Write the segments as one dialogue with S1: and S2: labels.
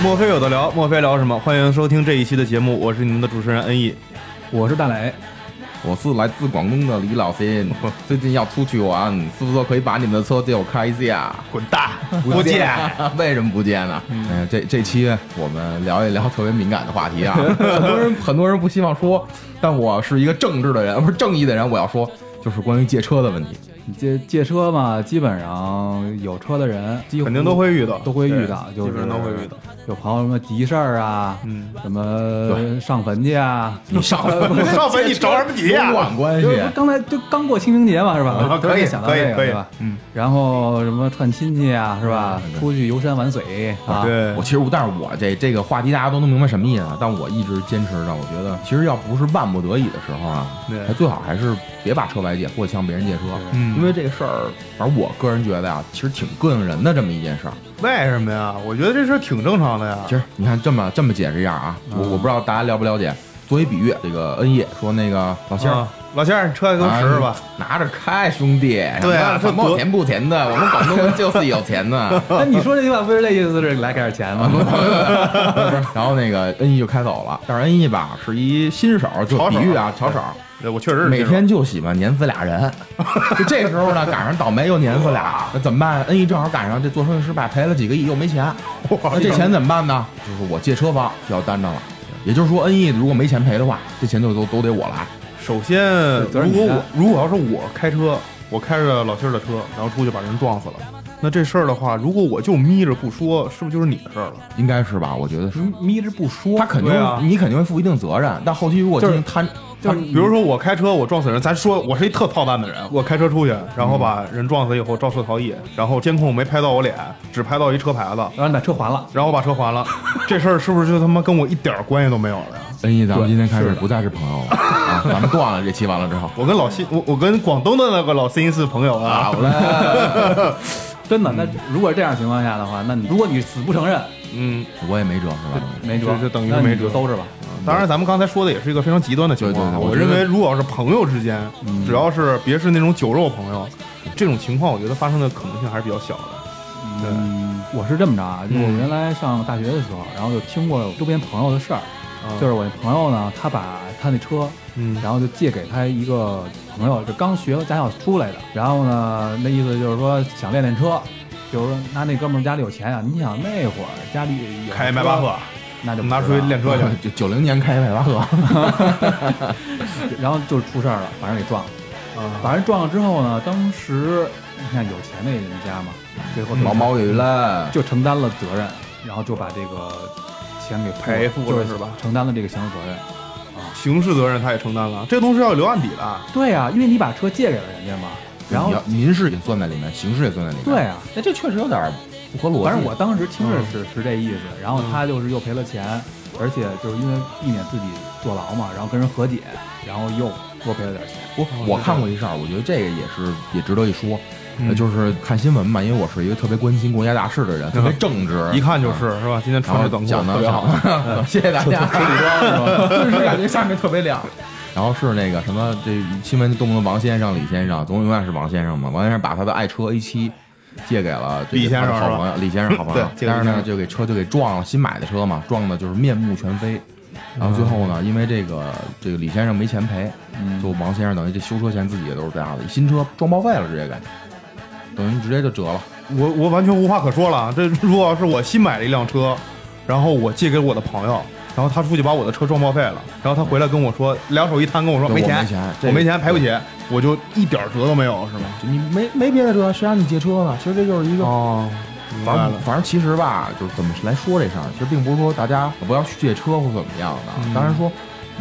S1: 墨菲有的聊，墨菲聊什么？欢迎收听这一期的节目，我是你们的主持人恩义。
S2: 我是大磊，
S3: 我是来自广东的李老新，最近要出去玩，是不是可以把你们的车借我开一下？
S1: 滚蛋！
S3: 不见， 为什么不见呢？哎呀，这这期我们聊一聊特别敏感的话题啊，很多人 很多人不希望说，但我是一个正直的人，不是正义的人，我要说就是关于借车的问题。
S2: 借借车嘛，基本上有车的人几乎
S1: 肯定都会遇到，
S2: 都会遇到，
S1: 对
S2: 就是
S1: 基本上都会遇到。。
S2: 有朋友什么急事儿啊，
S1: 嗯，
S2: 什么上坟去啊，
S3: 你上分
S1: 上坟你着什么急呀
S3: 不管关系
S2: 就，是刚才就刚过清明节嘛，是吧？
S1: 啊
S2: 我突然
S1: 可以
S2: 间想到这个
S1: 可以
S2: 是吧？
S1: 嗯，
S2: 然后什么串亲戚啊，是吧？出去游山玩水啊，，
S1: 对
S3: 我，其实我，但是我这这个话题大家都能明白什么意思，啊，但我一直坚持着，我觉得其实要不是万不得已的时候啊
S1: 对，
S3: 还最好还是别把车外借或者向别人借车，
S1: 嗯
S3: 因为这个事儿，反正我个人觉得呀、其实挺膈应人的这么一件事儿。
S1: 为什么呀？我觉得这事儿挺正常的呀。
S3: 其实你看这么这么解释一下啊，我
S1: 嗯
S3: 我不知道大家了不了解，作为比喻，这个恩业说那个老仙儿
S1: 啊，老先生，车给我
S3: 啊
S1: 使使吧。
S3: 拿着开，兄弟，
S1: 对啊
S3: 什么
S1: 说得
S3: 钱不钱的，我们广东人就是有钱的。
S2: 那哎你说这句话不是这意思是来给点钱吗？
S3: 然后那个恩义就开走了，但是恩义吧是一新手，就
S1: 炒手
S3: 比喻啊，巧手，
S1: 对，我确实是
S3: 每
S1: 这种
S3: 天就喜欢碾死俩人。就这时候呢，赶上倒霉又碾死俩，那怎么办？恩义正好赶上这做生意失败，赔了几个亿又没钱，那这钱怎么办呢？就是我借车方就要担着了。也就是说，恩义如果没钱赔的话，这钱就都都得我来。
S1: 首先，
S2: 责
S1: 如
S2: 任
S1: 果
S2: 你
S1: 我
S2: 担
S1: 如果要是我开车，我开着老七儿的车，然后出去把人撞死了，那这事儿的话，如果我就眯着不说，是不是就是你的事儿了？
S3: 应该是吧？我觉得是。
S2: 眯着不说，
S3: 他肯定
S1: 对啊，
S3: 你肯定会负一定责任，但后期如果进行摊，
S2: 就是
S1: 比如说我开车，我撞死人，咱说我是一特操蛋的人，我开车出去，然后把人撞死以后肇事逃逸，然后监控没拍到我脸，只拍到一车牌子，
S2: 然后你把车还了，
S1: 然后把车 还了，这事儿是不是就他妈跟我一点儿关系都没有了呀？
S3: 恩义，咱们
S2: 对
S3: 今天开始
S2: 是的
S3: 不再是朋友了啊！咱们断了这期完了之后，
S1: 我跟老新，我我跟广东的那个老新是朋友啊，
S3: 好嘞，
S2: 真的。那如果是这样情况下的话，那你如果你死不承认，
S1: 嗯，
S3: 我也没辙是吧？
S2: 没辙，
S1: 就就等于是
S2: 那你
S1: 没辙
S2: 就兜着吧。
S1: 当然，咱们刚才说的也是一个非常极端的情况啊。
S3: 对对对
S1: 我
S3: 我觉
S1: 认
S3: 得
S1: 为，如果要是朋友之间，只要是别是那种酒肉朋友，这种情况，我觉得发生的可能性还是比较小的。
S2: 嗯，我是这么着啊，就我
S1: 嗯
S2: 原来上大学的时候，然后就听过周边朋友的事儿，就是我那朋友呢，他把他那车，
S1: 啊嗯
S2: 然后就借给他一个朋友，就刚学驾校出来的，然后呢，那意思就是说想练练车。就是说，那那哥们儿家里有钱啊！你想那会儿家里有
S1: 开
S2: 车
S1: 迈巴赫，
S2: 那就不
S1: 拿
S2: 知
S1: 出去
S2: 道
S1: 练车 去。
S3: 九九零年开迈巴赫，
S2: 然后就出事儿了，把人给撞了。
S1: 啊，
S2: 把人撞了之后呢，当时你看有钱的人家嘛，最后
S3: 毛
S1: 嗯
S3: 毛雨了，
S2: 就承担了责任，然后就把这个钱给付
S1: 赔付了
S2: 就是
S1: 吧
S2: 承担了这个刑事责任。
S1: 刑事责任他也承担了，这东西要有留案底的。
S2: 对啊，因为你把车借给了人家嘛，
S1: 嗯
S2: 然后
S3: 你要民事也算在里面，刑事也算在里面。
S2: 对，啊，
S3: 那这确实有点不合逻辑。
S2: 反正我当时听
S1: 嗯
S2: 着是是这意思，然后他就是又赔了钱，而且就是因为避免自己坐牢嘛，然后跟人和解，然后又多赔了点钱。
S3: 我我看过一事儿，我觉得这个也是也值得一说，
S1: 嗯
S3: 呃就是看新闻嘛，因为我是一个特别关心国家大事的人，特别正直，
S1: 嗯一看就是是吧？今天
S3: 然
S1: 穿
S3: 后
S1: 着短裤
S3: 讲的
S1: 特别好。
S3: 好，谢谢大家。 就是感觉下面特别亮。 然后是那个什么，这新闻动不动王先生、李先生，总永远是王先生嘛。王先生把他的爱车 A 七借给了这个
S1: 李先生
S3: 他的
S1: 是吧
S3: 好朋友李先生好朋友，
S1: 对借给
S3: 但是
S1: 李先
S3: 呢
S1: 生
S3: 就给车就给撞了，新买的车嘛，撞的就是面目全非。然后最后呢，因为这个这个李先生没钱赔，
S1: 嗯
S3: 就王先生等于这修车钱自己也都是搭的，新车撞报废了直接给，等于直接就折了。
S1: 我我完全无话可说了。啊这 如果要是我新买了一辆车，然后我借给我的朋友，然后他出去把我的车撞报废了，然后他回来跟我说，两手一摊跟我说
S3: 对
S1: 没
S3: 我
S1: 钱
S3: 没钱，这
S1: 我没钱赔不起，我就一点儿辙都没有，是吗？
S3: 就你没没别的辙，谁让你借车呢？其实这就是一个
S1: 哦，明白
S3: 反
S1: 了
S3: 正。反正其实吧，就是怎么来说这事儿，其实并不是说大家不要去借车或怎么样的。
S1: 嗯
S3: 当然说，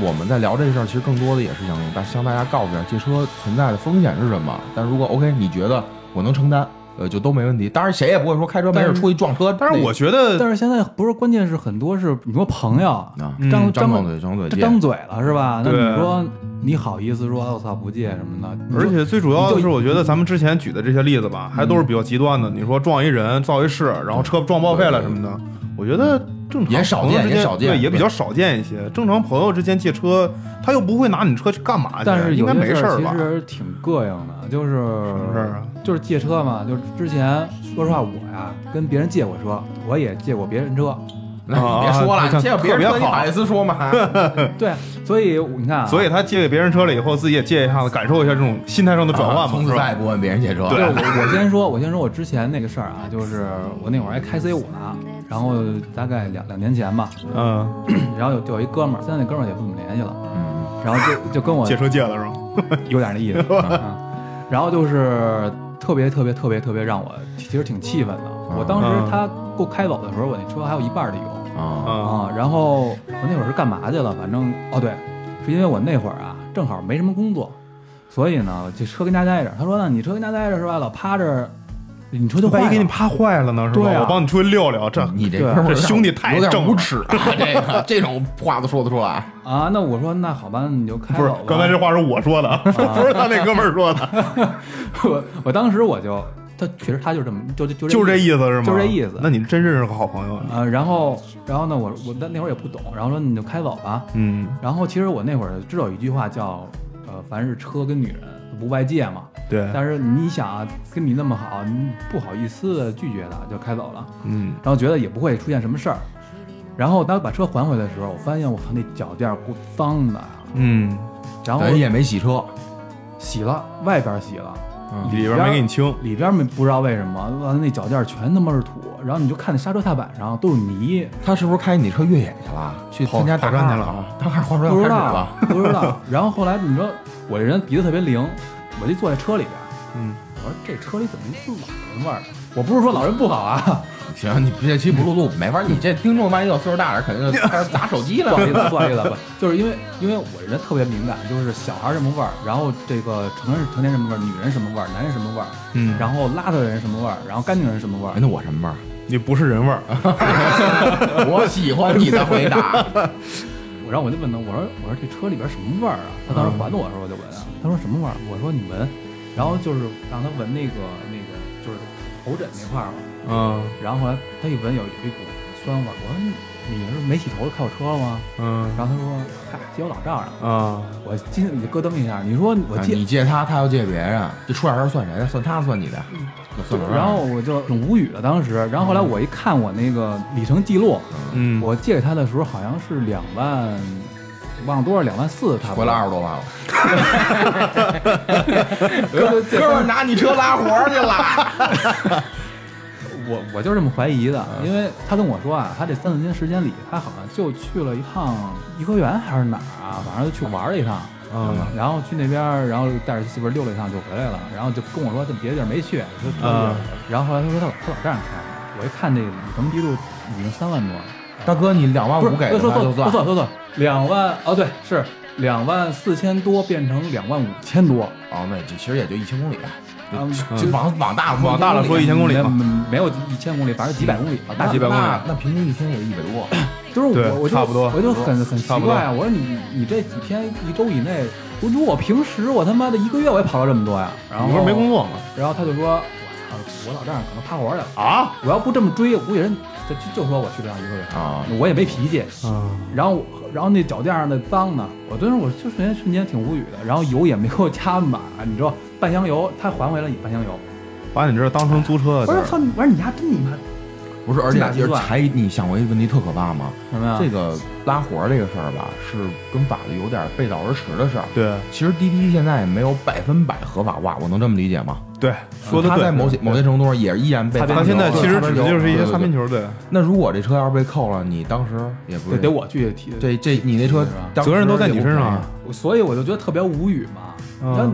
S3: 我们在聊这事儿，其实更多的也是想大向大家告诉一下，借车存在的风险是什么。但如果 OK，你觉得我能承担，呃，就都没问题。当然谁也不会说开车没事
S2: 但是
S3: 出去撞车。
S1: 但是我觉
S2: 但
S1: 得，
S2: 是现在不是关键是很多是你说朋友
S3: 那啊，
S1: 嗯
S2: 张
S3: 张
S2: 张
S3: 嘴张嘴
S2: 这
S3: 借，
S2: 张嘴了是吧？那
S1: 对
S2: 你说你好意思说我操不借什么的？你说
S1: 而且最主要的是，我觉得咱们之前举的这些例子吧，还都是比较极端的。你说撞一人造一事，然后车撞报废了什么的，我觉得正常
S3: 也少
S1: 朋友
S3: 见
S1: 之
S3: 也
S1: 间
S3: 少见
S1: 对，也比
S3: 对
S1: 较少见一些。正常朋友之间借车，他又不会拿你车去干嘛去，
S2: 但是
S1: 应
S2: 有
S1: 该没
S2: 些
S1: 事
S2: 事
S1: 儿
S2: 儿
S1: 吧
S2: 其？实挺膈应的，就是
S1: 么事儿啊
S2: 就是借车嘛，就是之前说实话我呀跟别人借过车，我也借过别人车，
S3: 那你别说
S1: 啊
S3: 了，
S1: 这
S3: 你借别人
S1: 特
S3: 车
S1: 别
S3: 你
S1: 好
S3: 好意思说 吗？
S2: 对，所以你看啊，
S1: 所以他借给别人车了以后，自己也借一下子，感受一下这种心态上的转换嘛，
S3: 啊从此
S1: 是
S3: 再
S1: 吧
S3: 也不问别人借车。
S1: 对
S2: 对我我先说，我先说我之前那个事儿啊，就是我那会儿还开 C 五呢，然后大概两两年前吧，
S1: 嗯，
S2: 然后有有一哥们儿，现在那哥们儿也不怎么联系了，
S3: 嗯，
S2: 然后就就跟我
S1: 借车借了是吧？
S2: 有点那 意思，啊然后就是特别特别特别特别让我其实挺气愤的。我当
S1: 嗯
S2: 时他给我开走的时候，我那车还有一半儿的油
S3: 啊，
S1: 啊，
S2: 啊。然后我那会儿是干嘛去了？反正哦对，是因为我那会儿啊正好没什么工作，所以呢这车跟家待着。他说那你车跟家待着是吧？老趴着，你车就坏
S1: 万一给你
S2: 了。
S1: 趴坏了呢，是吧？
S2: 对啊
S1: 我帮你出去遛遛，这
S3: 你这
S2: 对
S3: 哥们儿
S1: 这兄弟太
S3: 有点
S1: 正了
S3: 无耻啊！这个这种话都说得出来，
S2: 啊，那我说那好吧，你就开
S1: 不是
S2: 走吧。啊
S1: 刚才这话是我说的， 不是他那哥们儿说的，
S2: 我我当时我就他确实他就这么就就
S1: 就
S2: 这
S1: 这意思是吗？
S2: 就这意思
S1: 那你真认识个好朋友啊，
S2: 啊、然后然后呢我我那那会儿也不懂，然后说你就开走吧。
S1: 嗯，
S2: 然后其实我那会儿知道有一句话叫，呃，凡是车跟女人不外借嘛。
S1: 对，
S2: 但是你想啊，跟你那么好，你不好意思拒绝他，就开走了，
S1: 嗯，
S2: 然后觉得也不会出现什么事儿。然后当把车还回来的时候，我发现我操那脚垫儿够脏的，啊
S1: 嗯，
S2: 然后
S3: 人也没洗车，
S2: 洗了，外边洗了，嗯
S1: 里边没给你清，
S2: 里边没不知道为什么，完了那脚垫儿全他妈是土，然后你就看那刹车踏板上都是泥，
S3: 他是不是开你车越野去了？去
S1: 跑
S3: 参加
S1: 跑
S3: 大
S1: 山
S3: 咖
S1: 去了
S3: 啊？他开始划船要
S2: 不
S3: 开
S2: 知
S3: 始
S2: 道啊
S3: 了，
S2: 不知道。然后后来你说我这人鼻子特别灵，我就坐在车里边。
S1: 嗯，
S2: 我说这车里怎么一股老人味儿？我不是说老人不好啊，
S3: 行，你这期不录录没法儿，你这听众万一有岁数大点儿，肯定就开始砸手机
S2: 不
S3: 了哎
S2: 好。意思，不好意思，不，就是因为因为我人特别敏感，就是小孩儿什么味儿，然后这个成人成年什么味儿，女人什么味儿，男人什么味儿，
S1: 嗯
S2: 然后邋遢的人什么味儿，然后干净人什么味
S3: 哎，
S2: 儿，
S3: 那我什么味儿？
S1: 你不是人味儿，啊
S3: 我喜欢你的回 答。
S2: 我然后我就问他，我说我说这车里边什么味儿啊？他当时还我的时候我就闻啊，他说什么味儿？我说你闻，然后就是让他闻那个那个就是头枕那块儿嘛，
S1: 嗯
S2: 然后后来他一闻有有一股酸味儿，我说你你是没洗头就开我车了吗？
S1: 嗯
S2: 然后他说：“嗨，借我老丈人。
S1: 啊，”
S2: 我心里就咯噔一下，你说我
S3: 啊
S2: 借，
S3: 你借他，他要借别人，这出点事儿算谁的？算他，算你的，算老丈人
S2: 然后我就挺无语的当时。然后后来我一看我那个里程记录，
S1: 嗯，
S2: 我借给他的时候好像是两万，忘了多少，两万四差
S3: 啊
S2: 不多。
S3: 回来二十多万了。
S2: 哥
S3: 哥们儿拿你车拉活儿去了。
S2: 我我就这么怀疑的，
S3: 嗯
S2: 因为他跟我说啊，他这三四天时间里，他好像就去了一趟颐和园还是哪儿啊，反正就去玩了一趟。
S1: 嗯
S2: 然后去那边儿，然后带着媳妇儿溜了一趟就回来了，然后就跟我说这别的地儿没去，就这地儿
S1: 嗯
S2: 然后后来他说他老他老丈人开的，我一看这里程记录已经三万多了，
S3: 大哥，你两万
S2: 不
S3: 五
S2: 是
S3: 给的
S2: 说
S3: 话
S2: 错
S3: 就
S2: 了说
S3: 算。
S2: 错了说错了，两万哦对是两万四千多变成两万五千多，
S3: 哦，那这其实也就一千公里，
S2: 嗯
S3: 就就往往大
S1: 往大了说一
S3: 一
S1: 千公里吧，
S2: 没没有一千公里，反正几百公里吧，大
S3: 那
S2: 几百，
S1: 公里
S3: 那那平均一天也一百多。
S2: 就是
S1: 对
S2: 我我就
S1: 差不多
S2: 我就很很奇
S1: 差不多
S2: 怪啊，我说你你这几天一周以内，我说我平时我他妈的一个月我也跑了这么多呀，然后
S1: 你不是没工作吗？
S2: 然后他就说：“我操，我老丈人可能趴活儿去了。
S1: 啊，
S2: 我要不这么追，我估计人就就就说我去不了一个月
S3: 啊，
S2: 我也没脾气。
S1: 嗯，
S2: 然后我，然后那脚垫上的脏呢，我当时我就瞬间瞬间挺无语的。然后油也没给我加满，你知道，半箱油他还回来一半箱油。
S1: 把你这当成租车的
S2: 我
S1: 地
S2: 说
S1: 儿
S2: 操，我说你家真你妈
S3: 不是，而且
S2: 这哪计
S3: 而且
S2: 算
S3: 还你想过一个问题特可怕吗？
S2: 什么
S1: 啊
S2: 呀？
S3: 这个拉活儿这个事儿吧，是跟法律有点背道而驰的事儿。
S1: 对
S3: 其实滴滴现在也没有百分百合法化，我能这么理解吗？
S1: 对，
S2: 嗯
S1: 说的
S3: 它
S1: 对，
S3: 在某些某些程度上也依然被
S2: 擦边
S3: 法
S1: 他
S3: 律
S1: 现在
S3: 有
S1: 其实
S3: 对
S1: 指的就是一些擦边
S3: 对对对
S1: 球，对，
S3: 那如果这车要是被扣了，你当时也不
S2: 得
S3: 是
S2: 得我去提。
S3: 这这你那车
S2: 是吧
S3: 当时
S1: 责任都在你身
S3: 也
S1: 上
S3: 不赔
S1: 啊
S2: 所以我就觉得特别无语嘛。
S1: 嗯
S2: 但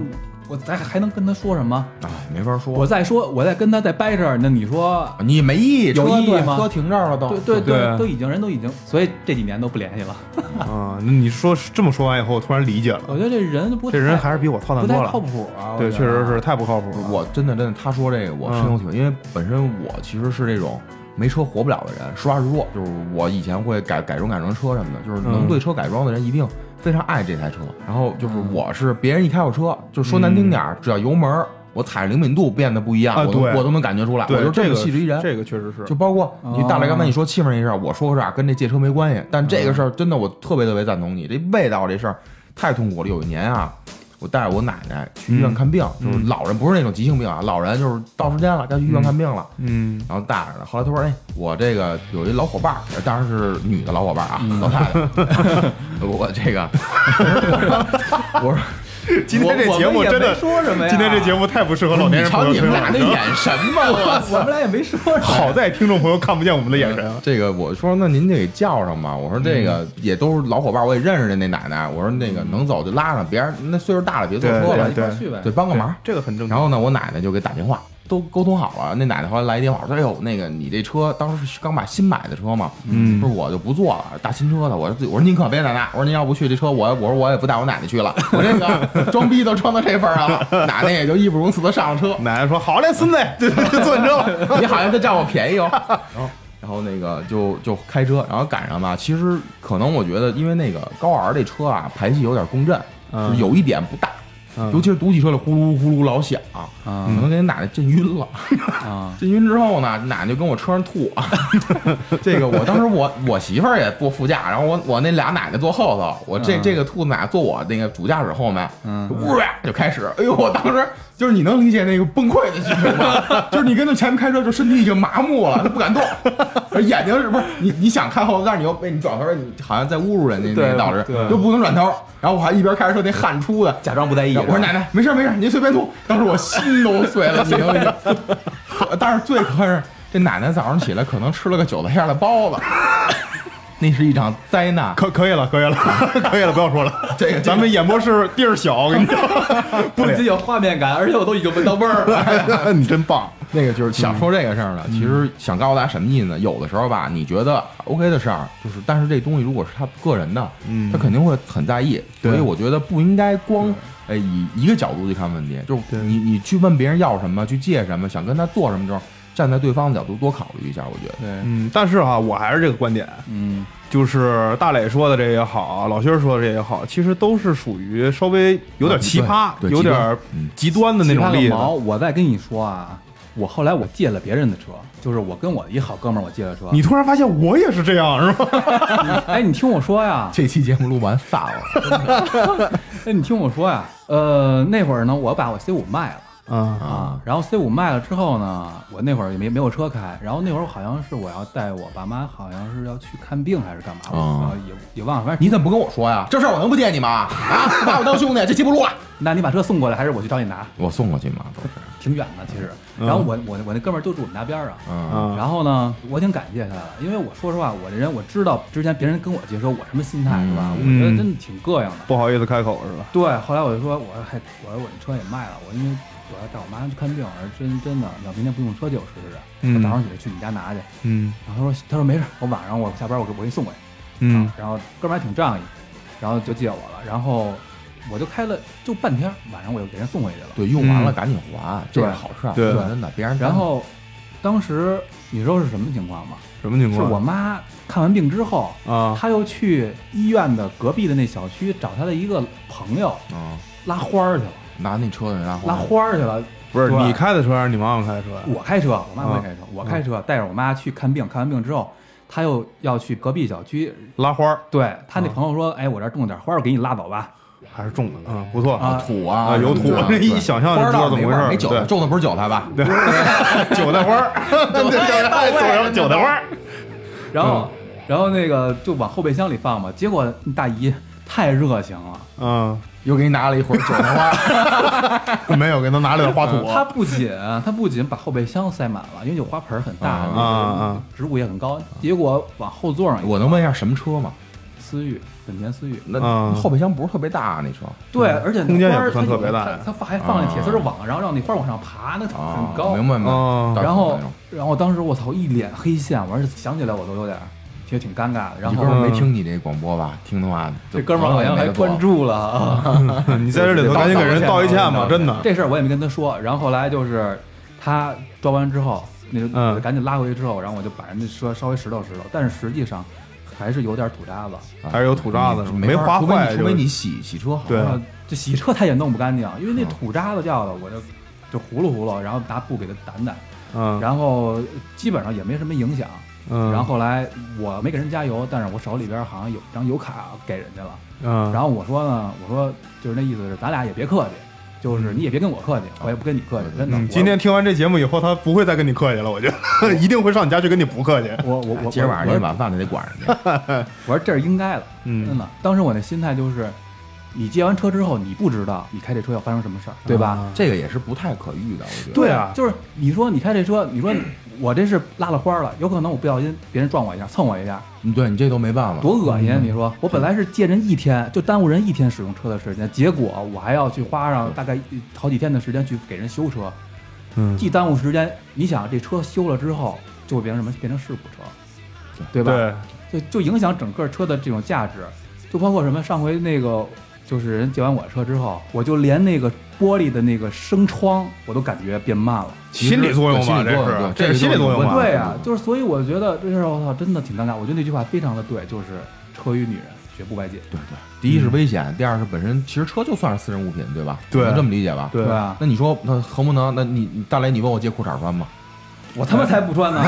S2: 我咱还能跟他说什么？
S3: 哎，没法说，
S2: 我再说，我再跟他再掰扯，那你说，
S3: 啊你没意义，
S2: 有
S3: 车
S2: 意义
S3: 对
S2: 吗
S3: 车停这儿了都，
S2: 对对
S1: 对
S2: 都已经人都已经，所以这几年都不联系了。
S1: 啊，那你说这么说完以后，我突然理解
S2: 我
S1: 了，
S2: 觉得这人不
S1: 这
S2: 太
S1: 人还是比我操蛋
S2: 不
S1: 多
S2: 太
S1: 了
S2: 靠。谱啊。我
S1: 对，
S2: 觉
S1: 确
S2: 得
S1: 实是太不靠谱了。
S3: 我真的真的，他说这个我深有体会，因为本身我其实是这种没车活不了的人，实话实说，就是我以前会改改装改装车什么的，就是能
S1: 嗯
S3: 对车改装的人一定非常爱这台车。然后就是我是别人一开我车，就说难听点儿，只要油门儿我踩着灵敏度变得不一样，
S1: 啊
S3: 我都
S1: 对
S3: 我都能感觉出来，我
S1: 对
S3: 就
S1: 这
S3: 么
S1: 个
S3: 细致一人。
S1: 这个确实是，
S3: 就包括你大
S1: 哦
S3: 磊刚才你说气氛这事儿，我说过这啊，跟这借车没关系。但这
S1: 嗯
S3: 个事儿真的，我特别特别赞同你，这味道这事儿太痛苦了。有一年啊，我带我奶奶去医
S1: 嗯
S3: 院看病，就是老人不是那种急性病啊，老人就是到时间了该去医院看病了，
S1: 嗯
S3: 然后带着呢。后来他说：“哎，我这个有一老伙伴儿，当然是女的老伙伴儿啊，
S1: 嗯
S3: 老太太。我这个， 我说，
S1: 今天这
S2: 我
S1: 节目
S2: 我们也
S1: 真的
S2: 没说什么呀
S1: 今天这节目太不适合老年
S3: 你
S1: 人
S3: 瞧
S1: 朋友
S3: 你
S1: 听
S3: 们
S1: 了。
S3: 俩那眼神吧，我操
S2: 我！们俩也没说什么。
S1: 好 在听众朋友看不见我们的眼神 啊。
S3: 这个我说那您得给叫上吧。我说这个也都是老伙伴，我也认识那奶奶。我说那个能走就拉上，别人那岁数大了别坐车
S2: 对吧
S3: 了
S1: 对，
S2: 一块儿去呗。
S3: 对，帮个忙。
S1: 这个很正
S3: 然
S1: 常。
S3: 后呢，我奶奶就给打电话，都沟通好了。那奶奶后来来一电话说：“哎呦，那个你这车当时是刚买新买的车嘛，
S1: 嗯
S3: 说我就不坐了，大新车的。我说自己我说您可别奶奶，我说您要不去这车，我我说我也不带我奶奶去了。我这个 装逼都装到这份儿上了，奶奶也就义不容辞的上了车。
S1: 奶奶说：“好嘞，孙子，就就坐你车吧。
S3: 你好像在占我便宜哦。 然后，然后那个就就开车，然后赶上吧。其实可能我觉得，因为那个高 R 这车啊，排气有点共振，
S1: 嗯
S3: 就是有一点不大，
S1: 嗯
S3: 尤其是堵起车来呼噜呼噜老响，
S2: 啊
S3: 可能给你奶奶震晕了。
S2: 啊，
S3: 震晕之后呢，奶奶就跟我车上吐。啊 这个我当时我我媳妇儿也坐副驾，然后我我那俩奶奶坐后头，我这、
S2: 嗯
S3: 这个兔子奶奶坐我那个主驾驶后面，
S2: 嗯
S3: 就呜呀就开始，哎呦，我当时就是你能理解那个崩溃的心情吗？ 就是你跟着前面开车，就身体已经麻木了，就不敢动，而眼睛是不是你你想看后头，但是你又被你转头，你好像在侮辱人家那个导致
S1: 对，
S3: 又不能转头，然后我还一边开着车那汗出的，
S2: 假装不在意
S3: 我
S1: 啊
S3: 说奶奶，没事没事，您随便吐。当时我心都碎了，你能理解？ 但是最可恨是，这奶奶早上起来可能吃了个韭菜馅儿的包子，那是一场灾难”。
S1: 可可以了，可以了， 可以了，不要说了。
S3: 这个
S1: 咱们演播室地儿小，我跟你
S2: 不仅有画面感，而且我都已经闻到味儿了。
S1: 讲，你真棒。
S3: 那个就是想说这个事儿呢，
S1: 嗯
S3: 其实想告诉大家什么意思呢？有的时候吧，你觉得 OK 的事儿，就是但是这东西如果是他个人的，
S1: 嗯
S3: 他肯定会很在意。
S1: 对
S3: 所以我觉得不应该光哎以一个角度去看问题，就是
S1: 对
S3: 你你去问别人要什么，去借什么，想跟他做什么的时候，站在对方的角度多考虑一下。我觉得
S2: 对，
S1: 嗯，但是哈，我还是这个观点，
S2: 嗯
S1: 就是大磊说的这也好，老薛说的这也好，其实都是属于稍微有点奇葩嗯
S3: 啊，对对
S1: 有点极端的那种例
S2: 个
S1: 子。
S2: 毛，我再跟你说啊，我后来我借了别人的车，就是我跟我一好哥们儿，我借了车。
S1: 你突然发现我也是这样，是吧？
S2: 哎，你听我说呀，
S3: 这期节目录完散了。
S2: 哎，你听我说呀，呃，那会儿呢，我把我 C 五卖了。
S1: 啊，
S2: 啊，然后 C 五卖了之后呢，我那会儿也没没有车开，然后那会儿好像是我要带我爸妈，好像是要去看病还是干嘛，我
S3: 啊
S1: 哦
S2: 也也忘了，反正
S3: 你怎么不跟我说呀？这事儿我能不借你吗？啊，把我当兄弟， 这期不录了。
S2: 那你把车送过来，还是我去找你拿？
S3: 我送过去嘛，都是。
S2: 挺远的其实。然后我我我那哥们儿就住我们家边儿啊。
S3: 嗯
S1: 嗯
S2: 然后呢，我挺感谢他的，因为我说实话，我这人我知道之前别人跟我介绍我什么心态是吧？我
S1: 嗯
S2: 觉得真的挺膈应的。
S1: 不好意思开口是吧？
S2: 对，后来我就说，我说还我说我这车也卖了，我因为我要带我妈去看病，我说真真的，你要明天不用车借我试试，我
S1: 嗯
S2: 早上起来去你家拿去。
S1: 嗯
S2: 然后他说他说没事，我晚上我下班我给我给你送过去。
S1: 嗯，
S2: 然后哥们儿还挺仗义，然后就借我了，然后我就开了就半天，晚上我就给人送回去了。
S3: 对，用完了赶紧还，这是好事儿。啊
S1: 对
S3: 真的，别人
S2: 然后当时你知道是什么情况吗？
S1: 什么情
S2: 是
S1: 况？
S2: 我妈看完病之后，
S1: 啊，
S2: 她又去医院的隔壁的那小区找她的一个朋友
S3: 啊，
S2: 拉花儿去了，
S3: 拿那车的人拉
S1: 哦
S2: 拉花儿去了。
S1: 不是
S2: 对
S1: 你开的车还是你妈妈开的车呀？
S2: 我开车，我妈
S1: 啊
S2: 不会开车，我开车带着我妈去看病，看完病之后，她又要去隔壁小区。
S1: 拉花儿
S2: 对她
S1: 啊
S2: 那朋友说：“哎，我这儿种了点花儿，我给你拉走吧。
S1: 还是种的啊，不错
S2: 啊
S3: 土啊，
S1: 有土，
S3: 这
S1: 这一想象
S3: 花
S1: 就
S3: 儿
S1: 知道
S3: 倒
S1: 怎
S3: 没
S1: 么
S3: 味
S1: 回事
S3: 儿，
S1: 儿。
S3: 没韭菜，
S1: 对，
S3: 种的不是韭菜吧？
S1: 对，韭菜花儿，对，韭菜韭菜花儿，”
S2: 然
S1: 嗯
S2: 后，然后那个就往后备箱里放嘛。结果那大姨太热情了，
S1: 嗯。
S3: 又给你拿了一会 儿韭菜花。
S1: 没有，给他拿了点花土。
S3: 啊
S2: 他不仅他不仅把后备箱塞满了，因为有花盆很大，
S3: 啊
S2: 那个
S1: 啊啊
S2: 植物也很高。结果往后座上一
S3: 我能问一下什么车吗？
S2: 思域，本田思域。
S3: 那
S1: 嗯
S3: 后备箱不是特别大啊，那车
S2: 对，而且那
S1: 空间也
S2: 花儿
S1: 不算
S2: 它有
S1: 特别大呀
S2: 它它放还放那铁丝网，然后让你花儿往上爬，那
S3: 啊
S2: 很，高。
S3: 明白明
S1: 哦
S3: 白。
S2: 然后
S3: 大众，
S2: 然后当时我操，一脸黑线，我而且想起来我都有点儿觉得挺尴尬的。然
S3: 你
S2: 后
S3: 哥们
S1: 嗯
S3: 儿没听你这广播吧？听的话，
S2: 这哥们儿好像还关
S3: 注。
S2: 注了 啊，
S1: 你在这里头赶紧给人道一歉吧，真的。
S2: 这事儿我也没跟他说。然后后来就是他装完之后，那就
S1: 嗯
S2: 我就赶紧拉回去之后，然后我就把人家车稍微拾掇拾掇，但是实际上还是有点土渣子。
S1: 还是有土渣子是吧
S3: 啊没法
S1: 没划
S3: 除非你
S1: 坏
S3: 除非
S1: 就
S3: 你洗洗车好。
S1: 对
S2: 然后这洗车他也弄不干净，因为
S1: 嗯
S2: 那土渣子掉的，我就就糊噜糊噜，然后拿布给他掸掸，
S1: 嗯，
S2: 然后基本上也没什么影响。
S1: 嗯
S2: 然后后来我没给人加油，但是我手里边好像有张油卡给人家了。
S1: 嗯，
S2: 然后我说呢，我说就是那意思是咱俩也别客气，就是你也别跟我客气，我也不跟你客气，真的。
S1: 嗯，
S2: 我
S1: 今天听完这节目以后，他不会再跟你客气了，我觉得一定会上你家去跟你不客气。
S2: 我我我
S3: 今儿晚上
S2: 我
S3: 这
S2: 说
S3: 晚饭得管人家。
S2: 我说这是应该的，
S1: 嗯
S2: 真的。当时我那心态就是，你借完车之后，你不知道你开这车要发生什么事儿，对吧？
S3: 这个也是不太可遇的，我觉得。
S1: 啊对啊
S2: 就是你说你开这车，你说我这是拉了花了，有可能我不小心别人撞我一下，蹭我一下，
S3: 嗯对你这都没办法。
S2: 多恶
S3: 嗯
S2: 心！啊你说我本来是借人一天，就耽误人一天使用车的时间，结果我还要去花上大概一好几天的时间去给人修车，
S1: 嗯，
S2: 既耽误时间，你想这车修了之后就会变成什么？变成事故车，对吧？
S1: 对，
S2: 就就影响整个车的这种价值，就包括什么？上回那个就是人借完我车之后，我就连那个玻璃的那个升窗我都感觉变慢了。
S3: 其实
S1: 心理作用吧，
S3: 对心理作用
S1: 是这
S3: 对
S1: 心
S3: 这
S1: 理
S3: 个
S1: 作用
S3: 啊
S1: 吧。
S2: 对啊，就是所以我觉得这事儿我操真的挺尴尬。我觉得那句话非常的对，就是车与女人绝不外借。
S3: 对对，第一是危险，第二是本身其实车就算是私人物品，对吧？
S1: 对
S3: 能这么理解吧？。
S1: 对
S2: 啊，
S3: 那你说，那何不能？那你你大雷，你问我借裤衩穿 吗？
S2: 我他妈才不穿呢。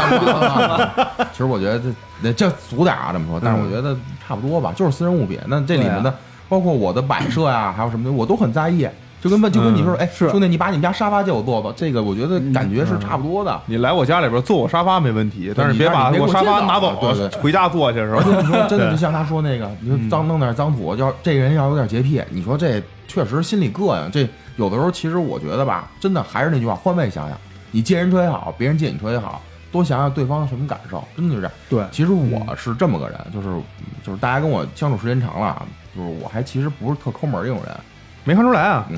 S3: 其实我觉得这那这俗点儿啊，这么
S1: 嗯
S3: 说，但是我觉得差不多吧，就是私人物品。那这里面
S2: 对
S1: 啊
S3: 的，包括我的摆设呀，还有什么的，我都很在意。就跟问，就跟
S1: 嗯
S3: 你说，哎，
S2: 是
S3: 兄弟，你把你们家沙发借我坐坐，这个我觉得感觉是
S1: 嗯
S3: 差不多的。
S1: 你来我家里边坐我沙发没问题，但是
S3: 你
S1: 别
S3: 看
S1: 把
S3: 你别
S1: 我
S3: 给我
S1: 沙
S3: 见
S1: 发
S3: 到
S1: 拿
S3: 啊
S1: 走，
S3: 对对
S1: 回家坐去是
S3: 而且
S1: 吧？
S3: 你说真的，
S1: 对嗯
S3: 就像他说那个，你说脏弄点脏土，要这人要有点洁癖，你说这确实心里膈应。这有的时候，其实我觉得吧，真的还是那句话，换位想想，你借人车也好，别人借你车也好，多想想对方什么感受，真的就这样。
S2: 对
S3: 其实我是这么个人，就是就是大家跟我相处时间长了啊，就是我还其实不是特抠门儿这种人。
S1: 没看出来啊，
S3: 嗯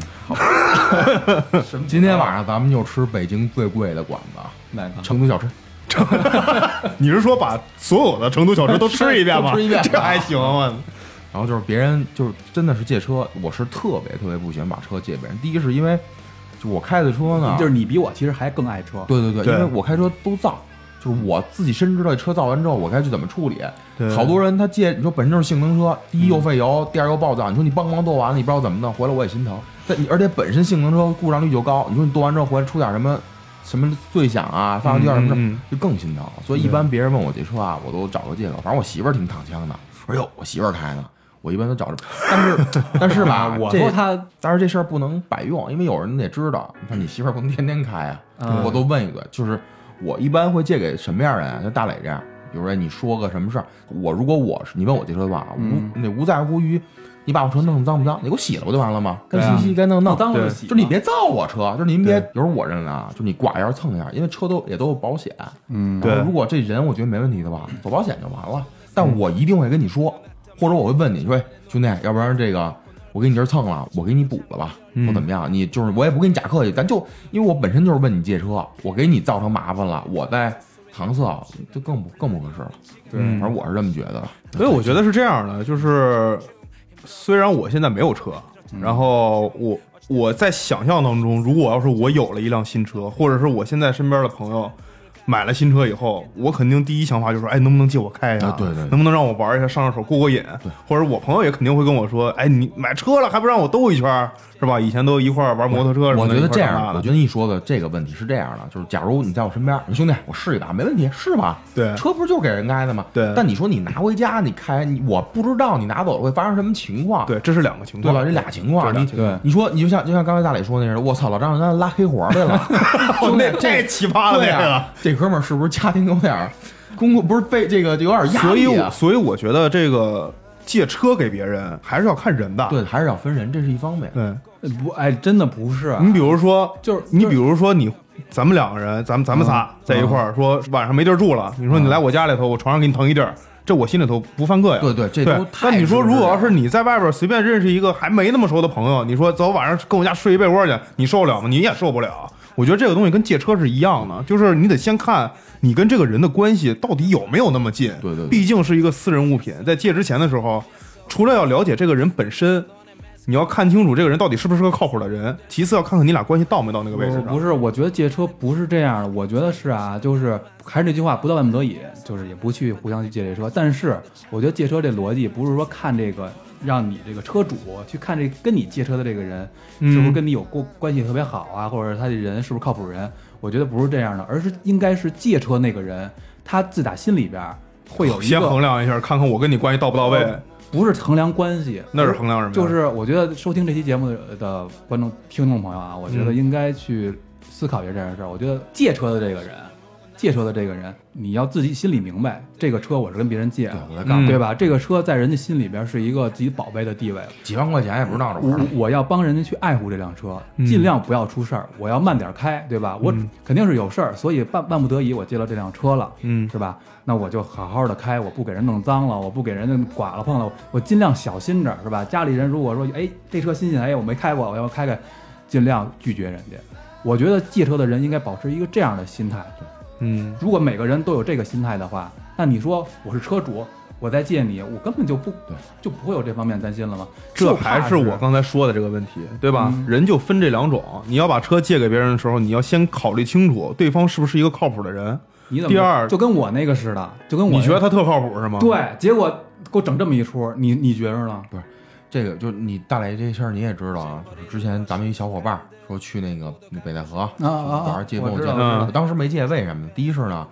S3: 今天晚上咱们就吃北京最贵的馆子，
S2: 那个
S3: 成都小吃。
S1: 你是说把所有的成都小吃都吃一遍 吗？
S3: 都吃一遍
S1: 这还行啊吗？
S3: 然后就是别人就是真的是借车，我是特别特别不喜欢把车借别人。第一是因为就我开的车呢，
S2: 就是你比我其实还更爱车。
S3: 对对对，
S1: 对
S3: 因为我开车都造，就是我自己深知道车造完之后我该去怎么处理
S1: 对。嗯
S3: 好多人他借你说本身就是性能车，第一又费油，第二又暴躁，你说你帮忙剁完了，你不知道怎么弄，回来我也心疼。但你而且本身性能车故障率就高，你说你剁完之后回来出点什么什么碎响啊，发动机有点什么事儿
S1: 嗯嗯嗯
S3: 就更心疼。所以一般别人问我借车啊，我都找个借口。反正我媳妇儿挺躺枪的，哎呦，我媳妇儿开的。我一般都找着，但是 但是吧，
S2: 我
S3: 这
S2: 说他
S3: 但是这事儿不能百用，因为有人得知道，你看你媳妇儿不能天天开啊。
S2: 嗯
S3: 我都问一个，就是我一般会借给什么样人啊？像大磊这样，比如说你说个什么事儿，我如果我是你问我借车的话，
S1: 嗯
S3: 无那无在乎于你把我车弄脏不脏，你给我洗了不就完了吗？该
S1: 对啊
S3: 洗洗，该弄弄。
S2: 当
S1: 对
S2: 了洗，
S3: 就是你别造我车，就是您别
S1: 对，
S3: 有时候我认为啊，就是你刮一下蹭一下，因为车都也都有保险。
S2: 嗯，
S3: 然后
S1: 对
S3: 如果这人我觉得没问题的话，走保险就完了。但我一定会跟你说，或者我会问你说，哎兄弟，要不然这个我给你这儿蹭了，我给你补了吧，
S1: 嗯
S3: 或怎么样？你就是我也不跟你假客气，咱就因为我本身就是问你借车，我给你造成麻烦了，我再搪塞就更不更不合适了。对
S2: 嗯
S1: 嗯
S3: 反正我是这么觉得。
S1: 所以我觉得是这样的，就是虽然我现在没有车，
S3: 嗯
S1: 然后我我在想象当中，如果要是我有了一辆新车，或者是我现在身边的朋友买了新车以后，我肯定第一想法就是，哎，能不能借我开呀、
S3: 啊对对对
S1: 能不能让我玩一下，上上手过过瘾？或者我朋友也肯定会跟我说，哎，你买车了还不让我兜一圈儿，是吧？以前都一块儿玩摩托车什
S3: 我
S1: 么的，
S3: 觉得这
S1: 一块儿长大
S3: 样，
S1: 的
S3: 我觉得你说的这个问题是这样的，就是假如你在我身边，你说兄弟，我试一把，没问题，是吧？
S1: 对
S3: 车不是就是给人开的吗？
S1: 对
S3: 但你说你拿回家，你开，你我不知道你拿走了会发生什么情况，
S1: 对，这是两个情
S3: 对
S1: 况，
S3: 吧？这俩情况，
S1: 这
S3: 你
S1: 俩情况
S2: 对
S3: 你说你就像就像刚才大磊说那似的，我操，老张让他拉黑活儿 来了，兄弟
S1: 那，太奇葩了，
S3: 对啊
S1: 那个。
S3: 呀，这哥们儿是不是家庭有点儿工作不是被这个有点压
S1: 所以
S3: 力
S1: 我
S3: 啊？
S1: 所以我觉得这个借车给别人还是要看人的。
S3: 对，还是要分人，这是一方面。
S1: 对，
S2: 不，哎，真的不是。
S1: 你比如说，
S2: 就是
S1: 你
S2: 就是
S1: 比如说你，咱
S3: 嗯
S1: 们两个人，咱们咱们仨在一块儿说晚上没地儿住了，你说你来我家里头，我床上给你腾一地儿，这我心里头不犯膈应。
S3: 对对这都
S1: 对。
S3: 太
S1: 但你说，
S3: 值
S1: 如果要
S3: 了
S1: 是你在外边随便认识一个还没那么熟的朋友，你说走晚上跟我家睡一被窝去，你受得了吗？你也受不了。我觉得这个东西跟借车是一样的，就是你得先看你跟这个人的关系到底有没有那么近。
S3: 对对对
S1: 毕竟是一个私人物品，在借之前的时候，除了要了解这个人本身，你要看清楚这个人到底是不是个靠谱的人，其次要看看你俩关系到没到那个位置
S2: 不
S1: 上。
S2: 不是，我觉得借车不是这样的，我觉得是啊，就是还是那句话，不到万不得已，就是也不去互相去借这车。但是我觉得借车这逻辑不是说看这个，让你这个车主去看这跟你借车的这个人
S1: 嗯
S2: 是不是跟你有过关系特别好啊，或者他这人是不是靠谱人？我觉得不是这样的，而是应该是借车那个人他自打心里边儿会有一
S1: 哦先衡
S2: 个，
S1: 量一下，看看我跟你关系到不到位，
S2: 不是衡量关系，
S1: 那是衡量什么呀？
S2: 就是我觉得收听这期节目的呃的观众、听众朋友啊，我觉得应该去思考一下这件事儿。我觉得借车的这个人，借车的这个人，你要自己心里明白，这个车我是跟别人借的，
S3: 我在干嘛
S1: 嗯
S2: 对吧？这个车在人家心里边是一个自己宝贝的地位，
S3: 几万块钱也不是闹着玩
S2: 我
S1: 嗯
S3: 儿。
S2: 我要帮人家去爱护这辆车，尽量不要出事儿，我要慢点儿开，对吧？我肯定是有事儿，所以万万不得已我借了这辆车了，
S1: 嗯
S2: 是吧？那我就好好的开，我不给人弄脏了，我不给人家剐了碰了，我尽量小心着，是吧？家里人如果说，哎，这车新鲜，哎，我没开过，我要开开，尽量拒绝人家。我觉得借车的人应该保持一个这样的心态，
S1: 嗯，
S2: 如果每个人都有这个心态的话，那你说我是车主，我再借你，我根本就不就不会有这方面担心了吗？
S1: 这
S2: 就怕
S1: 还是我刚才说的这个问题，对吧？
S2: 嗯
S1: 人就分这两种，你要把车借给别人的时候，你要先考虑清楚对方是不是一个靠谱的人。
S2: 你怎么
S1: 第二
S2: 就跟我那个似的，就跟我
S1: 你觉得他特靠谱是吗？，
S2: 对，结果给我整这么一出，你你觉着呢？
S3: 这个就是你大磊这事儿你也知道啊，就是之前咱们一小伙伴儿说去那个那北戴河
S2: 啊啊啊
S3: 玩借
S2: 我
S3: 我
S2: 知
S3: 借，
S2: 道
S1: 我知道
S3: 我当时没借，为什么呢？第一是呢，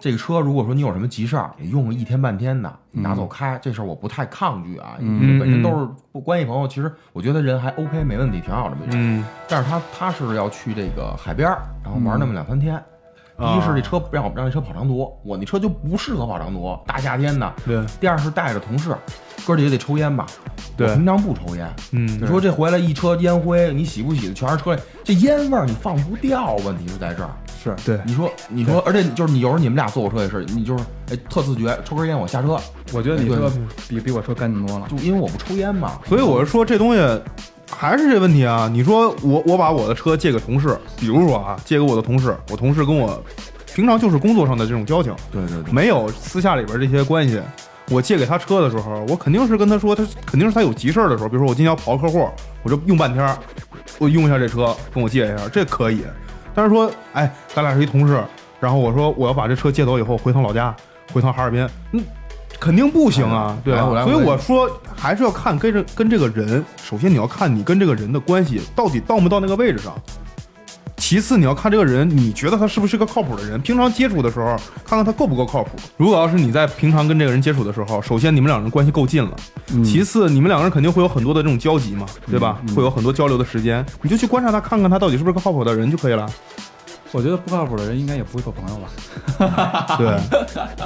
S3: 这个车如果说你有什么急事儿，你用个一天半天的，你
S1: 嗯
S3: 拿走开，这事儿我不太抗拒啊，因为本身都是不关系朋友，其实我觉得人还 OK，没问题，挺好的，没事。
S1: 嗯，
S3: 但是他他是要去这个海边儿，然后
S1: 嗯
S3: 玩那么两三天。第
S2: 嗯
S3: 一
S1: 啊
S3: 是这车不让让这车跑长途，我那车就不适合跑长途，大夏天的。
S1: 对。
S3: 第二是带着同事，哥儿几个得抽烟吧？
S1: 对
S3: 我平常不抽烟。
S1: 嗯
S3: 你说这回来一车烟灰，你洗不洗的全是车里，这烟味儿你放不掉，啊问题是在这儿。
S2: 嗯是
S1: 对
S3: 你说，你说，而且你就是你有时候你们俩坐我车也是，你就是哎特自觉，抽根烟我下车，
S2: 我觉得你
S3: 对
S2: 车比比我车干净多了。
S3: 就因为我不抽烟嘛。
S1: 所以我是说这东西还是这问题啊。你说我我把我的车借给同事，比如说啊，借给我的同事，我同事跟我平常就是工作上的这种交情，
S3: 对对对，
S1: 没有私下里边这些关系。我借给他车的时候，我肯定是跟他说，他肯定是他有急事儿的时候，比如说我今天要跑个客户，我就用半天儿，我用一下这车，跟我借一下，这可以。但是说，哎，咱俩是一同事，然后我说我要把这车借走以后，回趟老家，回趟哈尔滨，嗯，肯定不行啊，对吧
S3: 哎来我来？我
S1: 所以
S3: 来
S1: 我说还是要看跟这跟这个人，首先你要看你跟这个人的关系到底到没到那个位置上。其次，你要看这个人，你觉得他是不是个靠谱的人？平常接触的时候，看看他够不够靠谱。如果要是你在平常跟这个人接触的时候，首先你们两人关系够近了，
S3: 嗯
S1: 其次你们两个人肯定会有很多的这种交集嘛，对吧？会有很多交流的时间，你就去观察他，看看他到底是不是个靠谱的人就可 以了。
S2: 我觉得不靠谱的人应该也不会做朋友吧？
S1: 对，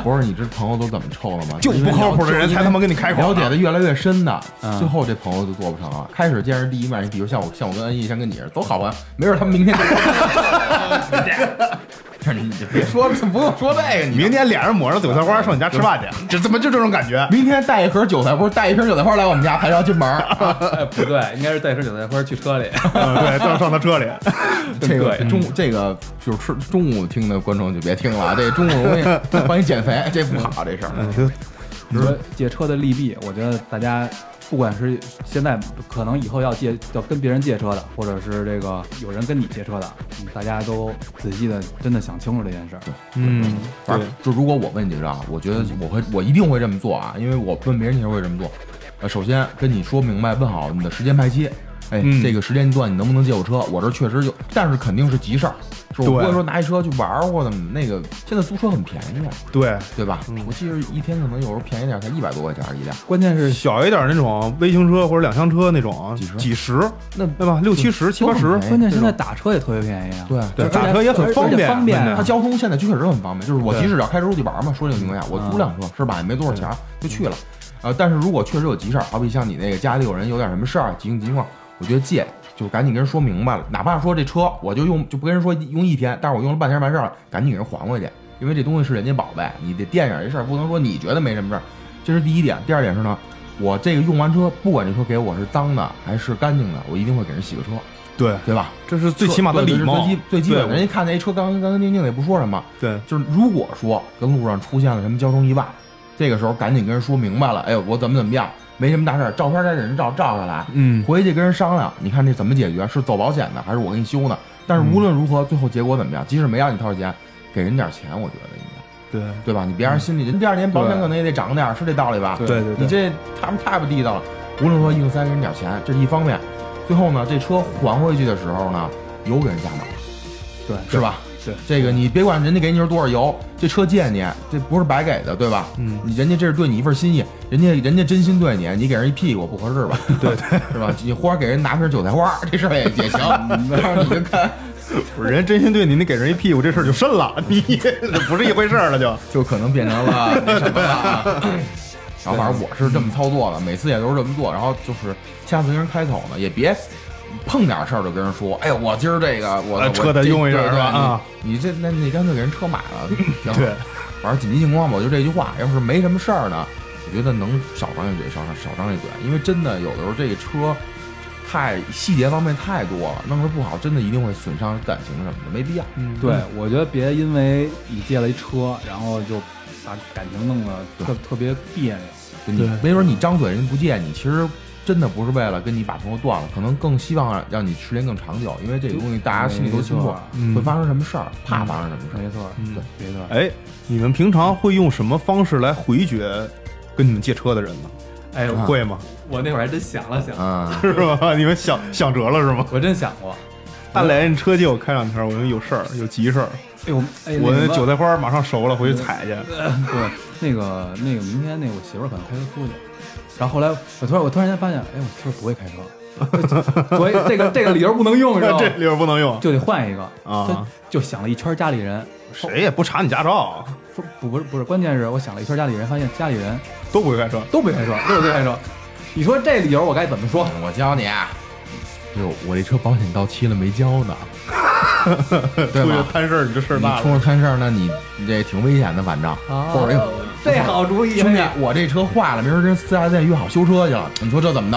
S3: 不是你这朋友都怎么抽了吗？
S1: 就不靠谱的人才他妈跟你开口啊
S3: 了解的越来越深的，
S2: 嗯
S3: 最后这朋友就做不成了。开始见着第一面，你比如像我，像我跟恩义，像跟你似的，都好朋友，没准他们明 天就。这你就别说，不用说这个，你
S1: 明天俩人抹着韭菜花上你家吃饭去，这怎么就这种 感觉？
S3: 明天带一盒韭菜花，带一瓶韭菜花来我们家，还要进门儿。
S2: 哎，不对，应该是带瓶韭菜花去车里。
S1: 嗯对，就是上他 车里。
S3: 这个
S2: 对
S3: 中这个就是吃中午听的观众就别听了，啊，这中午容易 帮你减肥，这不好啊这事
S1: 嗯
S3: 儿。
S2: 你说借车的利弊，我觉得大家不管是现在可能以后要借要跟别人借车的，或者是这个有人跟你借车的，大家都仔细的真的想清楚这件事儿。
S1: 嗯，
S3: 反正就如果我问你这啊，我觉得我会，我一定会这么做啊，因为我问别人也会这么做。呃，首先跟你说明白，问好你的时间排期，哎，
S1: 嗯
S3: 这个时间段你能不能借我车？我这儿确实有，但是肯定是急事儿，是我不
S1: 对
S3: 会说拿一车去玩儿或怎么那个。现在租车很便宜，啊
S1: 对，
S3: 对吧？我记得一天可能有时候便宜点儿才一百多块钱一辆，
S2: 关键是
S1: 小一点那种微型车或者两厢车那种啊，
S3: 几十
S1: 几十，
S3: 那
S1: 对吧？六七十、七八十
S3: 便宜，
S2: 关键现在打车也特别便宜啊。
S3: 哎对
S1: 对，
S2: 而且
S1: 打车也很方
S2: 而且
S1: 便，
S2: 方便
S1: 真的
S3: 它交通现在确实很方便，就是我
S1: 嗯对
S3: 即使要开车出去玩嘛，说这种情况下，我租辆车是吧，也没多少钱就去了。呃，但是如果确实有急事儿，好比像你那个家里有人有点什么事儿，急用急况，我觉得借就赶紧跟人说明白了，哪怕说这车我就用就不跟人说用一天，但是我用了半天完事儿了，赶紧给人还回去。因为这东西是人家宝贝，你得惦着这事儿，不能说你觉得没什么事儿。这是第一点，第二点是呢，我这个用完车，不管这车给我是脏的还是干净的，我一定会给人洗个车，
S1: 对，
S3: 对吧？
S1: 这是最起码的
S3: 对
S1: 礼
S3: 这是
S1: 貌
S3: 最基，最基本的。人
S1: 对
S3: 家看那车干干干净净的，也不说什么。
S1: 对
S3: 就是如果说跟路上出现了什么交通意外，这个时候赶紧跟人说明白了，哎呦，我怎么怎么样，没什么大事儿，照片再给人照照下来，
S1: 嗯，
S3: 回去跟人商量，你看这怎么解决，是走保险的还是我给你修呢？但是无论如何，最后结果怎么样，即使没让你掏钱，给人点钱，我觉得应该，
S1: 对
S3: 对吧？你别让人心里，人第二年保险
S1: 对
S3: 可能也得涨点儿，是这道理吧？
S1: 对对
S3: 你
S1: 对，
S3: 这他们太不地道了。无论如何，硬塞给人点钱，这是一方面。最后呢，这车还回去的时候呢，油给人加满了，
S2: 对
S3: 是吧？
S2: 对，
S3: 这个你别管人家给你是多少油，这车借你，这不是白给的，对吧？
S1: 嗯
S3: 你人家这是对你一份心意，人家人家真心对你，你给人一屁股不合适吧？ 对对， 是吧？你花给人拿瓶韭菜花，这事儿也也行。 但 是你就看，
S1: 不是人家真心对你，你给人一屁股，这事儿就深了，你这不是一回事儿了就。
S3: 就可能变成了 那什么了啊。然后反正我是这么操作的，每次也都是这么做。然后就是下次跟人开口呢，也别碰点事儿就跟人说，哎呀，我今儿这个我
S1: 呃
S3: 我
S1: 车得
S3: 这
S1: 用一下
S3: 对
S1: 是吧
S3: 对
S1: 啊
S3: 你你这那你干脆给人车买了，挺好
S1: 对。
S3: 反正紧急情况吧，我就这句话。要是没什么事儿呢，我觉得能少张一嘴少少张一嘴，因为真的有的时候这个车太细节方面太多了，弄得不好真的一定会损伤感情什么的，没必要。
S1: 嗯
S2: 对，我觉得别因为你借了一车，然后就把感情弄得特特别别扭。
S3: 就你
S1: 对
S3: 没准你张嘴人不借你，其实真的不是为了跟你把朋友断了，可能更希望让你时间更长久，因为这个东西大家心里都清楚
S2: 没错
S1: 嗯
S3: 会发生什么事儿，怕发生什么事儿。
S2: 没错，
S1: 嗯
S2: 对，没错。
S1: 哎，你们平常会用什么方式来回绝跟你们借车的人呢？
S2: 哎，我
S1: 会吗？
S2: 我那会儿还真想了
S1: 啊
S2: 想，
S3: 嗯，
S1: 是吧？你们想想折了是吗？
S2: 我真想过。
S1: 大磊，你车借我开两天，我有事儿，有急事儿，
S2: 哎呦，哎，
S1: 我
S2: 那个
S1: 那韭菜花马上熟了，回去采去。
S2: 对，那个那个，明天那个我媳妇儿可能开车出去，然后后来我突然我突然间发现，哎，我媳妇儿不会开车， 所以这个这个理由不能用，知道吗
S1: 这？理由不能用，
S2: 就得换一个
S1: 啊
S2: 她就想了一圈家里人，
S1: 谁也不查你驾照，
S2: 不不不是不是，关键是我想了一圈家里人，发现家里人
S1: 都不会开车。
S2: 都不会开车，都不会开车。你说这理由我该怎么说？
S3: 我教你啊，就我这车保险到期了没交呢， 对
S1: 出
S3: 吧
S1: 去？摊事儿，你这事儿
S3: 你
S1: 大
S3: 冲
S1: 了。啊
S3: 着摊事儿，那你你这挺危险的，反正或者哎呦
S2: 哦这好主意，啊
S3: 兄弟， 我这车坏了，明儿跟四 S 店约好修车去了，你说这怎么的？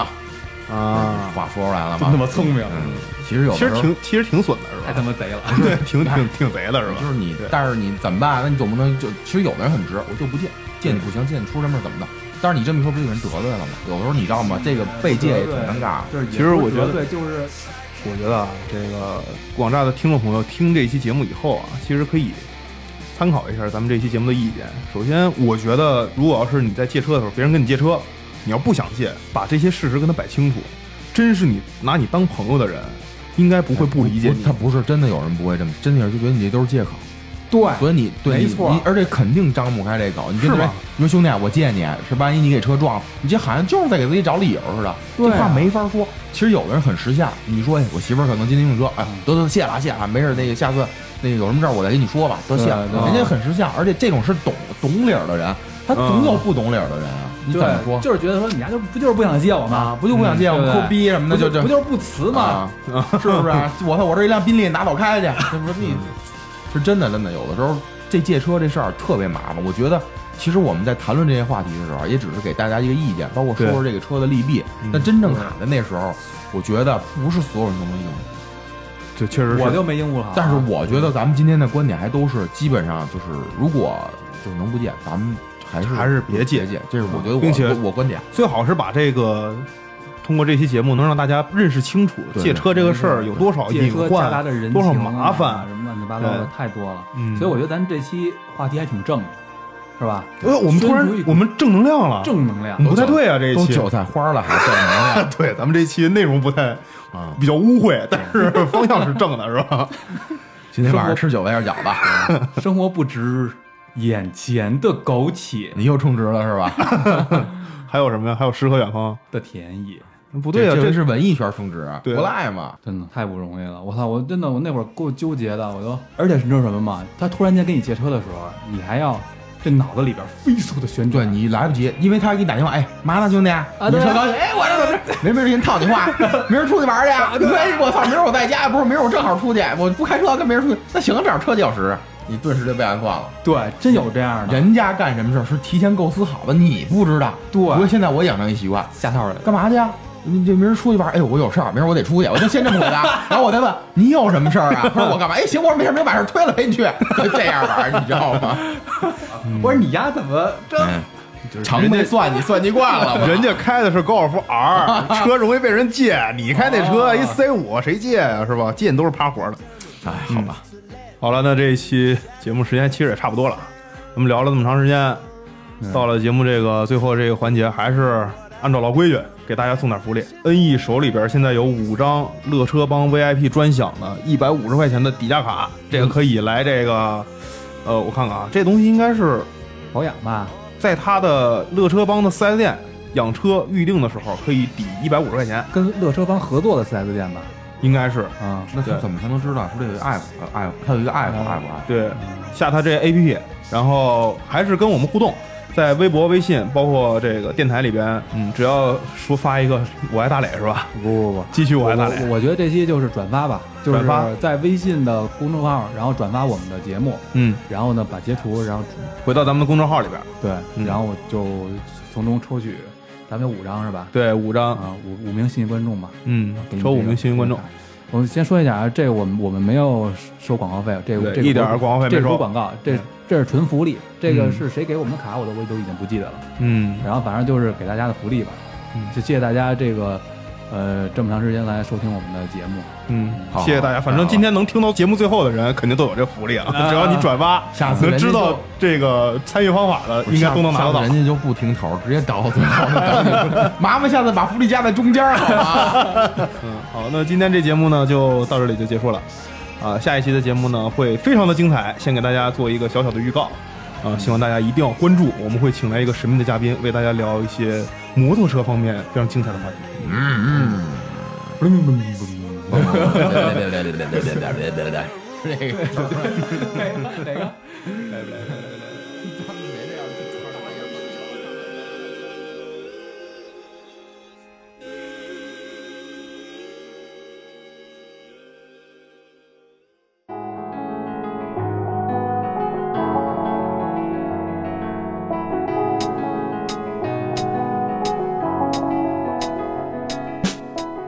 S1: 啊，
S3: 话说出来了
S2: 真他妈
S3: 吧？
S2: 聪明，
S3: 嗯，其实有的
S1: 其实
S3: 时候
S1: 挺其实挺损的
S2: 太
S1: 是
S2: 他
S1: 吧？
S2: 妈贼了。
S1: 对，挺挺挺贼的是
S3: 就
S1: 吧？
S3: 是你
S1: 对，
S3: 但是你怎么办？那你总不能就，其实有的人很直，我就不借，借你不行，借你出什么事儿怎么的？但是你这么一说，不就有人得罪了吗？有的时候你知道吗？这
S1: 嗯
S3: 个被借也挺尴尬。
S2: 就是也
S1: 其实我觉得
S2: 不是得罪就是
S1: 我觉得啊，这个广大的听众朋友听这期节目以后啊，其实可以参考一下咱们这期节目的意见。首先，我觉得如果要是你在借车的时候，别人跟你借车，你要不想借，把这些事实跟他摆清楚。真是你拿你当朋友的人，应该不会不理解你
S3: 哎他。不是真的有人不会这么，真的有人就觉得你这都是借口。
S2: 对
S3: 所以你对
S2: 没
S3: 你
S2: 错
S3: 你而且肯定张不开这口。你跟
S1: 是
S3: 别
S1: 吗
S3: 人你说兄弟，啊我借你是，万一你给车撞了，你这好像就是在给自己找理由似的。
S2: 对
S3: 这
S2: 啊
S3: 话没法说。其实有的人很识相，你说哎我媳妇儿可能今天用车，
S2: 嗯
S3: 哎，得得谢了谢了，没事，那个下次那个有什么事儿我再跟你说吧，得谢了。
S2: 对对
S3: 人家很识相，而且这种是懂懂理儿的人，他总有不懂理儿的人啊。你
S2: 嗯对
S3: 怎么说？啊
S2: 就是觉得说你家就不就是不想借我吗？
S3: 不就不想借我
S2: 嗯
S3: 们
S2: 对
S3: 抠逼什么的，
S2: 不
S3: 就
S2: 就
S3: 就
S2: 不就是不辞吗
S3: 啊？， 是不是？我我这一辆宾利拿走开去，这
S1: 嗯
S3: 不是你，是真的真的。有的时候这借车这事儿特别麻烦，我觉得其实我们在谈论这些话题的时候，也只是给大家一个意见，包括说说这个车的利弊。
S1: 嗯
S3: 但真正卡在那时候，我觉得不是所有人都能用。
S1: 啊这确实
S2: 我就没应付了。啊
S3: 但是我觉得咱们今天的观点还都是基本上就是，如果就是能不借，咱们还是
S1: 还是别借啊
S3: 借，这是我觉得我
S1: 并且
S3: 我我观点。
S1: 最好是把这个通过这期节目能让大家认识清楚
S3: 对
S1: 借车这个事儿有多少
S2: 借
S1: 隐
S2: 车夹杂
S1: 患
S2: 着人、情啊、
S1: 多少麻烦。
S2: 什么乱七八糟的
S1: 对
S2: 太多了。
S1: 嗯
S2: 所以我觉得咱这期话题还挺正的，是吧？
S1: 哎，我们突然
S2: 深入一股
S1: 我们正能量了，
S2: 正能量。
S1: 不太对啊，这一
S3: 都
S1: 期
S3: 韭菜花了，还正能量
S1: 对，咱们这期内容不太
S3: 啊！
S1: 比较污秽，但是 方向是正的，是吧？
S3: 今天晚上吃韭菜馅儿饺
S1: 嗯
S3: 子。
S2: 生活不值眼前的苟且
S3: 你又充值了是吧？
S1: 还有什么呀？还有诗和远方？
S2: 的便宜，
S1: 不对啊，
S3: 这啊
S1: 这
S3: 这是文艺圈充值，
S1: 对
S3: 不赖嘛。
S2: 真的太不容易了。我操，我真的我那会儿够纠结的，我都而且你知道什么吗？他突然间跟你借车的时候，啊你还要这脑子里边飞速的旋
S3: 对
S2: 转，
S3: 你来不及，因为他给你打电话，哎，嘛呢，兄弟？你
S2: 对啊
S3: 车高兴？哎，我这怎么没事儿给你套你话，明儿出去玩
S2: 啊
S3: 啊儿去。你说哎，我操，明儿我在家，不是明儿我正好出去，我不开车，跟别人出去。那行，正好车几小时，你顿时就被安算了。
S2: 对，真有这样的
S3: 人家干什么事儿是提前构思好的，你不知道。
S2: 对
S3: 不过现在我养成一习惯，
S2: 下套人。
S3: 干嘛去啊？你这明儿出去玩，哎呦，我有事儿，明儿我得出去，我就先这么 回答，然后我再问你有什么事儿啊？他说我干嘛？哎，行，我说没事，明儿把事儿推了陪你去， 就这样玩儿，你知道吗？
S2: 我说你丫怎么这
S3: 哎常规算计算计惯了吧，
S1: 人家开的是高尔夫 R，车容易被人借，你开那车一 C 五谁借呀、是吧？借你都是趴活的。
S3: 哦
S1: 嗯
S3: 哎，好吧，
S1: 好了，那这一期节目时间其实也差不多了，我们聊了这么长时间，
S3: 嗯
S1: 到了节目这个最后这个环节，还是按照老规矩给大家送点福利。NE 手里边现在有五张乐车帮 VIP 专享的一百五十块钱的底价卡，这
S3: 嗯
S1: 个可以来这个，呃，我看看啊，这东西应该是
S2: 保养吧？
S1: 在他的乐车帮的 4S 店养车预定的时候可以抵一百五十块钱，
S2: 跟乐车帮合作的 4S 店吧？
S1: 应该是
S2: 啊，
S3: 那他
S1: 对
S3: 怎么才能知道？说这个 app 呃 app，它有一个 app app app，
S1: 对，下他这 APP，然后还是跟我们互动，在微博、微信，包括这个电台里边，嗯，只要说发一个“我爱大磊”是吧？
S2: 不 不不。
S1: 继续我
S2: 我
S1: 爱大磊，
S2: 我我觉得这期就是转发吧，就是
S1: 转发
S2: 在微信的公众号，然后转发我们的节目，
S1: 嗯，
S2: 然后呢把截图，然后
S1: 回到咱们的公众号里边，
S2: 对，
S1: 嗯
S2: 然后我就从中抽取，咱们有五张是吧？
S1: 对，五张，
S2: 啊，五五名幸运观众吧，
S1: 嗯
S2: 给，你
S1: 抽
S2: 这
S1: 五
S2: 个
S1: 名幸运观众
S2: 这，个卡。我们先说一下啊，这个我们我们没有收广告费，这个
S1: 对
S2: 这个
S1: 一点儿广告费没
S2: 这个不
S1: 收
S2: 是广告，这这是纯福利，这
S1: 嗯
S2: 个是谁给我们的卡，我都我都已经不记得了。
S1: 嗯，
S2: 然后反正就是给大家的福利吧，
S1: 嗯
S2: 就谢谢大家这个呃这么长时间来收听我们的节目，
S1: 嗯
S3: 好，
S1: 谢谢大家。反正今天能听到节目最后的人，肯定都有这福利 啊！只要你转发，
S3: 下次
S1: 能
S3: 人家
S1: 知道
S3: 就
S1: 这个参与方法的，应该都能拿得
S3: 下
S1: 到
S3: 次。人家就不听头，直接倒到最后了。麻烦下次把福利加在中间儿好吗？
S1: 嗯，好，那今天这节目呢就到这里就结束了，啊，下一期的节目呢会非常的精彩，先给大家做一个小小的预告，啊，希望大家一定要关注，我们会请来一个神秘的嘉宾，为大家聊一些摩托车方面非常精彩的话题。
S3: 嗯嗯。这个